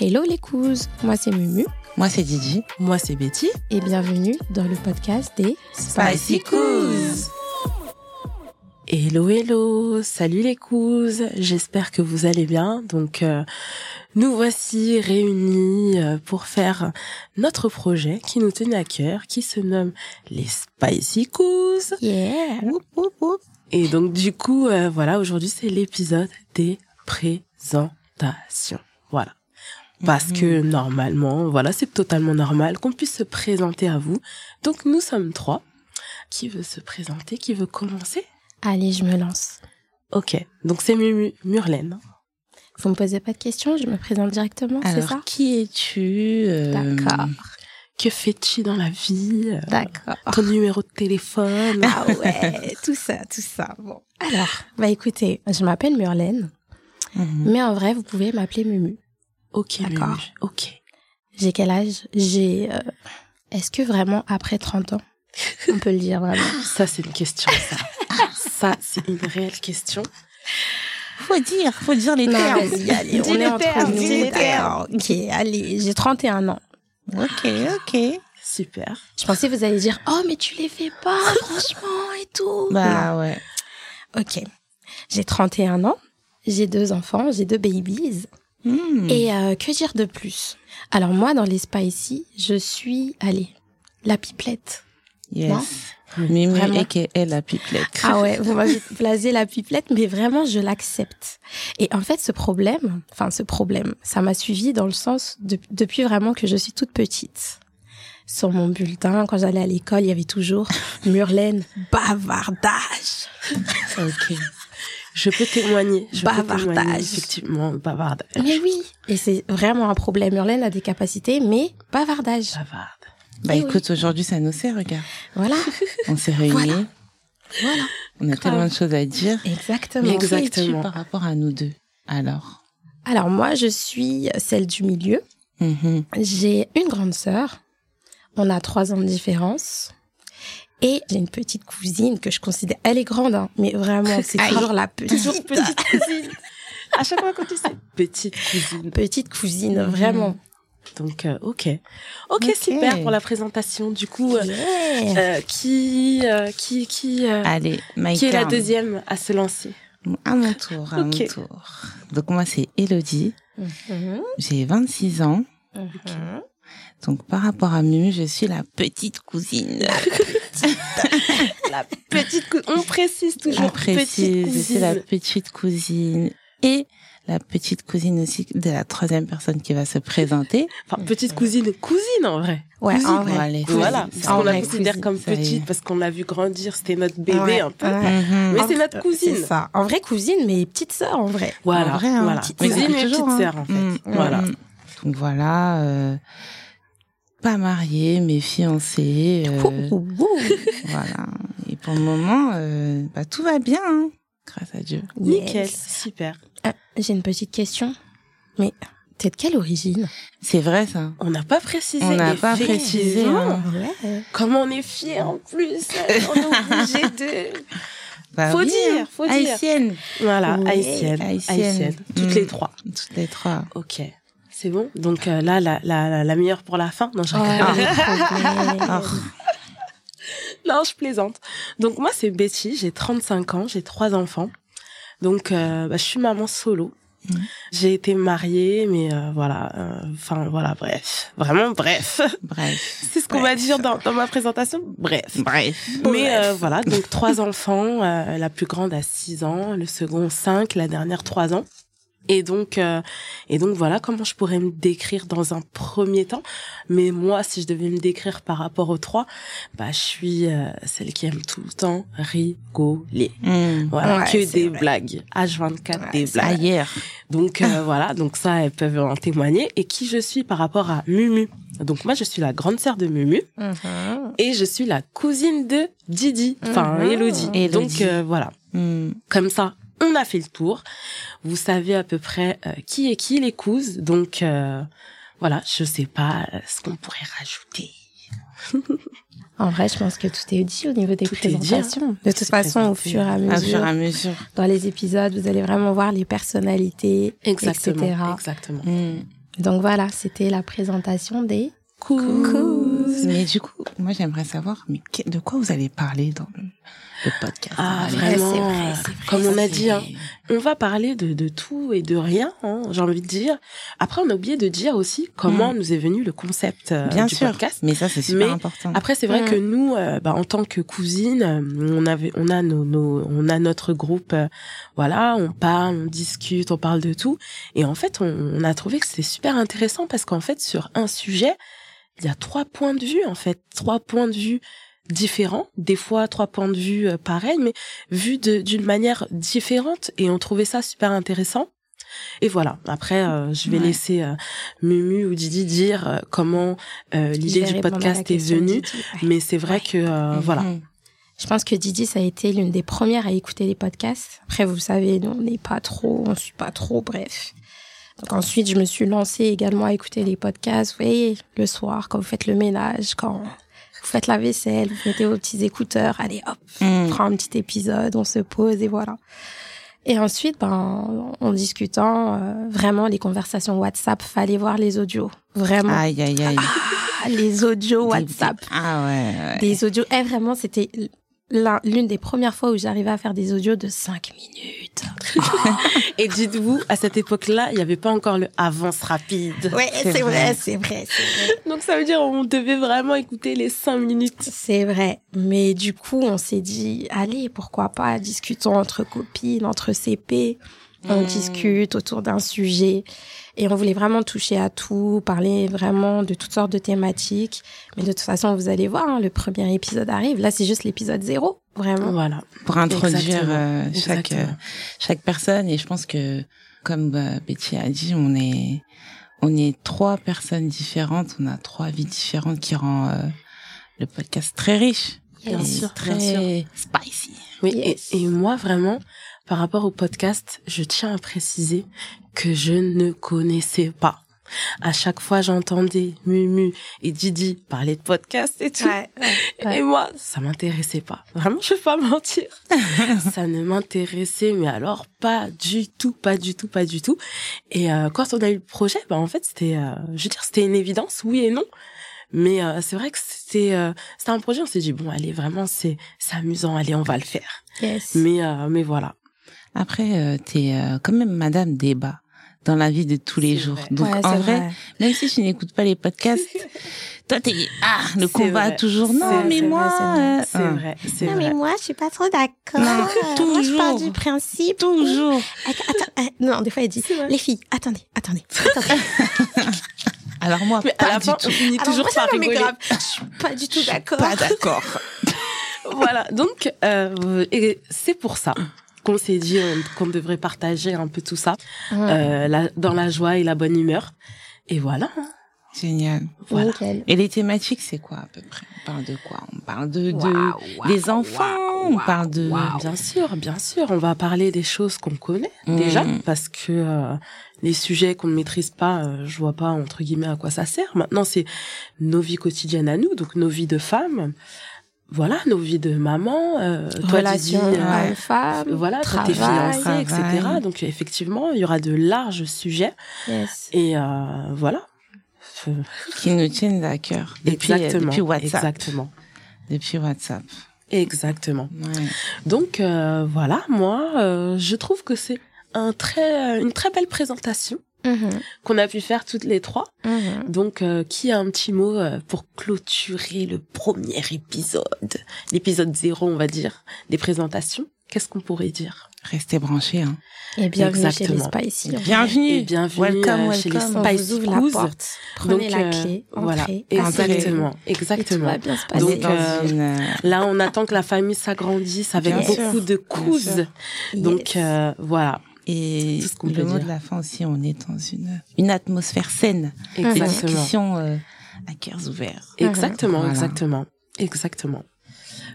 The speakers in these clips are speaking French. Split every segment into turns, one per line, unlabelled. Hello les couzes, moi c'est Mumu
Moi, c'est Didi.
Moi, c'est Betty.
et bienvenue dans le podcast des
Hello, hello. Salut les couzes. J'espère que vous allez bien. Donc, euh, nous voici réunis euh, pour faire notre projet qui nous tenait à cœur, qui se nomme les Spicy Couzes.
Yeah
Oup, oup, oup.
Et donc, du coup, euh, voilà, aujourd'hui, c'est l'épisode des présentations. Voilà. Parce
Mm.
Mm.
que normalement, voilà, c'est totalement normal qu'on puisse se présenter à vous. Donc, nous sommes trois. Qui veut se présenter Qui veut commencer
Allez, je me lance.
Ok, donc c'est Mumu, Murlaine.
Vous me posez pas de questions, je me présente directement, c'est ça
Alors, qui es-tu euh,
D'accord,
Que fais-tu dans la vie Euh,
d'accord.
Ton numéro de téléphone
Ah ouais, tout ça, tout ça. Bon. Alors, bah écoutez, je m'appelle Murlaine,
mhm.
mais en vrai, vous pouvez m'appeler Mumu.
Ok, Mumu,
D'accord.
ok.
J'ai quel âge J'ai... euh, Est-ce que vraiment après 30 ans On peut le dire vraiment.
Ça, c'est une question, ça. ça, c'est une réelle question.
Faut dire, faut dire les
Non,
termes.
vas-y, allez, on
Dis
est
les
entre
termes,
nous.
dis les termes.
Ok, allez, j'ai 31 ans.
Ok, ok.
Super.
Je pensais que vous alliez dire Oh, mais tu les fais pas, franchement, et tout.
Bah ouais.
Non. Ok. J'ai 31 ans, j'ai deux enfants, j'ai deux babies.
Hmm.
Et euh, que dire de plus Alors, moi, dans les spas ici, je suis, allez, la pipelette. non.
Yes. Mimi
Vraiment.
aka la pipelette.
Ah ouais, vous m'avez blasé la pipelette, mais vraiment, je l'accepte. Et en fait, ce problème, enfin, ce problème, ça m'a suivi dans le sens de- depuis vraiment que je suis toute petite. Sur mon bulletin, quand j'allais à l'école, il y avait toujours Murlaine, bavardage.
Ok.
Je peux témoigner. Je Peux témoigner,
Bavardage.
effectivement, bavarde.
Mais oui. Et c'est vraiment un problème. Hurlaine a des capacités, mais bavardage.
Bavarde.
Bah
Eh oui.
écoute, aujourd'hui, ça nous sert, regarde.
Voilà.
On s'est réunis.
Voilà. Voilà.
On a tellement de choses à dire.
Exactement.
Mais
Exact.
qui es-tu
Exactement.
par rapport à nous deux Alors.
Alors moi, je suis celle du milieu.
Mhm.
J'ai une grande sœur. On a trois ans de différence. Et j'ai une petite cousine que je considère, elle est grande, hein, mais vraiment, c'est toujours la petite,
petite cousine. À chaque fois qu'on dit c'est petite cousine.
petite cousine,
Mhm.
vraiment.
Donc, euh, ok. ok.
Ok.
super pour la présentation. Du coup, euh,
Yeah.
euh, qui, euh, qui, qui, euh,
Allez, my
qui est la
turn.
deuxième à se lancer
À mon tour, à
Ok.
mon tour. Donc moi, c'est Elodie.
Mhm,
J'ai 26 ans.
mhm.
Donc par rapport à Mumu, je suis la petite cousine.
La petite cousine. On précise toujours.
On précise,
petite
c'est la
cousine.
petite cousine et la petite cousine aussi de la troisième personne qui va se présenter.
Enfin, petite cousine, cousine en vrai.
Ouais,
Cousine,
en vrai.
bon, allez, cousine,
Voilà.
ça
Parce
y
qu'on
est.
la
Ouais,
considère
cousine,
comme
ça y est. Ah
petite parce qu'on l'a vu grandir. C'était notre bébé
Ouais,
un peu.
ouais.
Mhm.
Mais
En-
c'est notre
C'est
cousine.
ça. En vrai, cousine, mais petite sœur, en vrai.
Voilà.
En vrai, hein,
voilà.
petite
Cousine et
cousine,
petite
toujours, hein.
sœur en fait.
Mm,
Voilà.
mm. Donc voilà, euh, pas mariée, mais fiancée. euh,
Ouh, ouh.
voilà. Et pour le moment, euh, bah, tout va bien, hein, grâce à Dieu.
Nickel.
Yes.
Super.
Ah, J'ai une petite question. Mais t'es de quelle origine
C'est vrai ça.
On n'a pas précisé.
On n'a pas
effectivement.
précisé. hein.
Ah,
Ouais.
Comment on est fiers en plus. On est obligé de.
Bah
Faut
oui,
dire,
hein.
faut dire.
Haïtienne,
Voilà,
Ouais.
haïtienne.
Haïtienne.
Haïtienne. Toutes
Mm.
les trois.
toutes les trois.
Ok. C'est bon. Donc euh, là, la, la, la- la meilleure pour la fin. Non, je
Oh,
rigole.
les
Ah.
problèmes.
Non, je plaisante. Donc moi, c'est Betty, j'ai 35 ans, j'ai trois enfants. Donc euh, bah, je suis maman solo.
Mhm.
J'ai été mariée, mais euh, voilà, euh, enfin voilà, bref, vraiment bref.
Bref,
C'est ce qu'on va
Bref.
dire dans, dans ma présentation, bref.
bref.
Mais euh, voilà, donc trois enfants, euh, la plus grande a 6 ans, le second 5, la dernière 3 ans. Et donc, euh, et donc voilà comment je pourrais me décrire dans un premier temps. Mais moi, si je devais me décrire par rapport aux trois, bah je suis euh, celle qui aime tout le temps rigoler.
Mm.
Voilà,
Ouais,
que
c'est
des
vrai.
blagues, H24
Ouais,
des
c'est
blagues.
Ailleurs.
Donc euh, voilà, donc ça elles peuvent en témoigner. Et qui je suis par rapport à Mumu. Donc moi je suis la grande sœur de Mumu.
Mhm.
Et je suis la cousine de Didi, enfin
Mhm.
Elodie.
Élodie.
Donc euh, voilà,
Mm.
comme ça, on a fait le tour. Vous savez à peu près euh, qui est qui les couses. Donc euh, voilà, je sais pas euh, ce qu'on pourrait rajouter.
En vrai, je pense que tout est dit au niveau des
Tout est dit, hein.
présentations. De toute façon, au
présenté.
fur et à
Au fur
mesure,
et à mesure.
dans les épisodes, vous allez vraiment voir les personnalités,
Exactement.
etc.
Exactement.
Mm.
Donc voilà, c'était la présentation des
Cause. Mais du coup, moi j'aimerais savoir, mais que- de quoi vous allez parler dans le, le podcast
Ah,
Allez,
vraiment,
c'est vrai,
euh,
c'est vrai,
comme on a
c'est-
dit, hein, on va parler de, de tout et de rien, hein, j'ai envie de dire. Après, on a oublié de dire aussi
Hmm.
comment nous est venu le concept euh,
Bien
du
sûr.
podcast.
Mais ça c'est super
Mais
important.
Après, c'est vrai
Mm.
que nous, euh, bah, en tant que cousines, euh, on avait, on a nos, nos- on a notre groupe, euh, voilà, on parle, on discute, on parle de tout. Et en fait, on, on a trouvé que c'était super intéressant parce qu'en fait, sur un sujet, il y a trois points de vue, en fait, trois points de vue différents, des fois trois points de vue euh, pareils, mais vus de- d'une manière différente. Et on trouvait ça super intéressant. Et voilà. Après, euh, je vais
Ouais.
laisser euh, Mumu ou Didi dire euh, comment euh,
Je
l'idée
vais
du
répondre à la
podcast est
question de
venue.
Didi. Ouais.
Mais c'est vrai que euh, voilà.
Mhm.
Je pense que Didi, ça a été l'une des premières à écouter les podcasts. Après, vous le savez, nous, on n'est pas trop, on suit pas trop, bref. Donc ensuite, je me suis lancée également à écouter les podcasts. Vous voyez, le soir, quand vous faites le ménage, quand vous faites la vaisselle, vous mettez vos petits écouteurs, allez hop, on
Mm.
prend un petit épisode, on se pose et voilà. Et ensuite, ben, en discutant, euh, vraiment, les conversations WhatsApp, fallait voir les audios. Vraiment,
Aïe aïe aïe.
ah, les audios
Des-
WhatsApp
Ah ouais. ouais.
des audios. Eh, vraiment, c'était l'un- l'une des premières fois où j'arrivais à faire des audios de 5 minutes.
Et dites-vous, à cette époque-là, il n'y avait pas encore le avance rapide.
Ouais,
C'est c'est vrai, vrai.
c'est vrai,
Donc ça veut dire on devait vraiment écouter les cinq minutes.
c'est vrai. Mais du coup, on s'est dit, allez, pourquoi pas, discutons entre copines, entre CP. On
Mm.
discute autour d'un sujet et on voulait vraiment toucher à tout, parler vraiment de toutes sortes de thématiques. Mais de toute façon, vous allez voir, hein, le premier épisode arrive. Là, c'est juste l'épisode zéro,
Mm-hmm.
vraiment.
Voilà.
Pour introduire
Exactement.
euh, chaque
Exactement.
euh, chaque personne et je pense que comme bah, Betty a dit, on est on est trois personnes différentes, on a trois vies différentes qui rend euh, le podcast très riche.
Oh,
Bien
Et
sûr,
très
bien
spicy.
Oui.
Yes.
Et, et moi vraiment, par rapport au podcast, je tiens à préciser que je ne connaissais pas. À chaque fois, j'entendais Mumu et Didi parler de podcast et tout.
Ouais.
Et moi, ça m'intéressait pas. Vraiment, je vais pas mentir. ça ne m'intéressait, mais alors pas du tout, pas du tout, pas du tout. Et euh, quand on a eu le projet, bah en fait, c'était, euh, je veux dire, c'était une évidence, oui et non. Mais euh, c'est vrai que c'était, euh, c'était un projet. On s'est dit bon, allez, vraiment, c'est, c'est amusant, allez, on va le faire.
Yes.
Mais, euh, mais voilà.
Après, euh, t'es euh, quand même Madame Débat dans la vie de tous les
C'est
jours.
vrai.
Donc
Ouais,
en
c'est
vrai,
vrai.
même si tu n'écoutes pas les podcasts, toi t'es ah le
C'est
combat
vrai.
toujours. Non
C'est-
mais
c'est
moi,
vrai, c'est vrai.
euh,
C'est
hein.
vrai, c'est
Non,
vrai.
mais moi, je suis pas trop d'accord.
Non,
Euh, Moi, je pars
toujours.
du principe.
toujours.
Att- attends, euh, non, des fois, elle dit,
C'est vrai.
les filles, attendez, attendez. attendez.
Alors moi,
Mais à
pas
la
du
fin, on
tout.
finit
Alors,
toujours
moi, ça
par
va, mais
rigoler.
grave, Je suis pas du tout d'accord.
Pas d'accord.
voilà, donc euh, et c'est pour ça qu'on s'est dit euh, qu'on devrait partager un peu tout ça euh, la- dans la joie et la bonne humeur. Et voilà. hein.
Génial.
voilà.
Nickel.
Et les thématiques, c'est quoi à peu près On parle de quoi On parle de, de
Waouh, waouh,
des enfants.
waouh,
on parle de
waouh.
Bien sûr, bien sûr, on va parler des choses qu'on connaît
Mm.
déjà parce que euh, les sujets qu'on ne maîtrise pas, euh, je vois pas entre guillemets à quoi ça sert. Maintenant, c'est nos vies quotidiennes à nous, donc nos vies de femmes. Voilà, nos vies de maman, euh, toi, Didi,
Relation
euh,
ouais.
femme,
voilà, toi, t'es
travail.
fiancée, etc.
travail.
Donc effectivement, il y aura de larges sujets
Yes.
et euh, voilà. Euh,
qui nous tiennent à cœur depuis, euh,
Exactement.
depuis WhatsApp.
Exactement.
Depuis WhatsApp.
Exactement.
Ouais.
Donc euh, voilà, moi, euh, je trouve que c'est un très, euh, une très belle présentation
Mhm,
qu'on a pu faire toutes les trois.
mhm.
Donc, euh, qui a un petit mot euh, pour clôturer le premier épisode, l'épisode zéro, on va dire, des présentations Qu'est-ce qu'on pourrait dire
Restez branchés. Hein.
Et bienvenue
Exactement. euh,
chez les Spicy.
Et
Bienvenue.
bienvenue
Welcome,
euh, chez les
welcome.
On vous
Spice
ouvre la
Girls.
porte. Prenez
Donc,
la
euh,
clé.
voilà,
entrez, asseyez-vous.
exactement,
Et tout
exactement.
va bien se
On est
passer.
Donc,
dans
euh,
une, euh,
Là, on attend que la famille s'agrandisse avec
Bien
beaucoup
sûr, bien
de couses.
sûr.
Donc
Yes.
euh, voilà,
et
tout ce qu'on peut
le mot
dire.
de la fin aussi, on est dans une une atmosphère saine, une
exactement.
discussion euh, à cœurs ouverts.
Exactement,
Voilà.
exactement, exactement.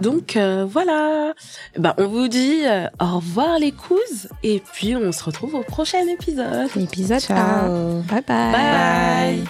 Donc euh, voilà, bah, on vous dit euh, au revoir les cousins et puis on se retrouve au prochain épisode.
L'épisode 1.
Ciao.
Bye bye.
Bye.
Bye.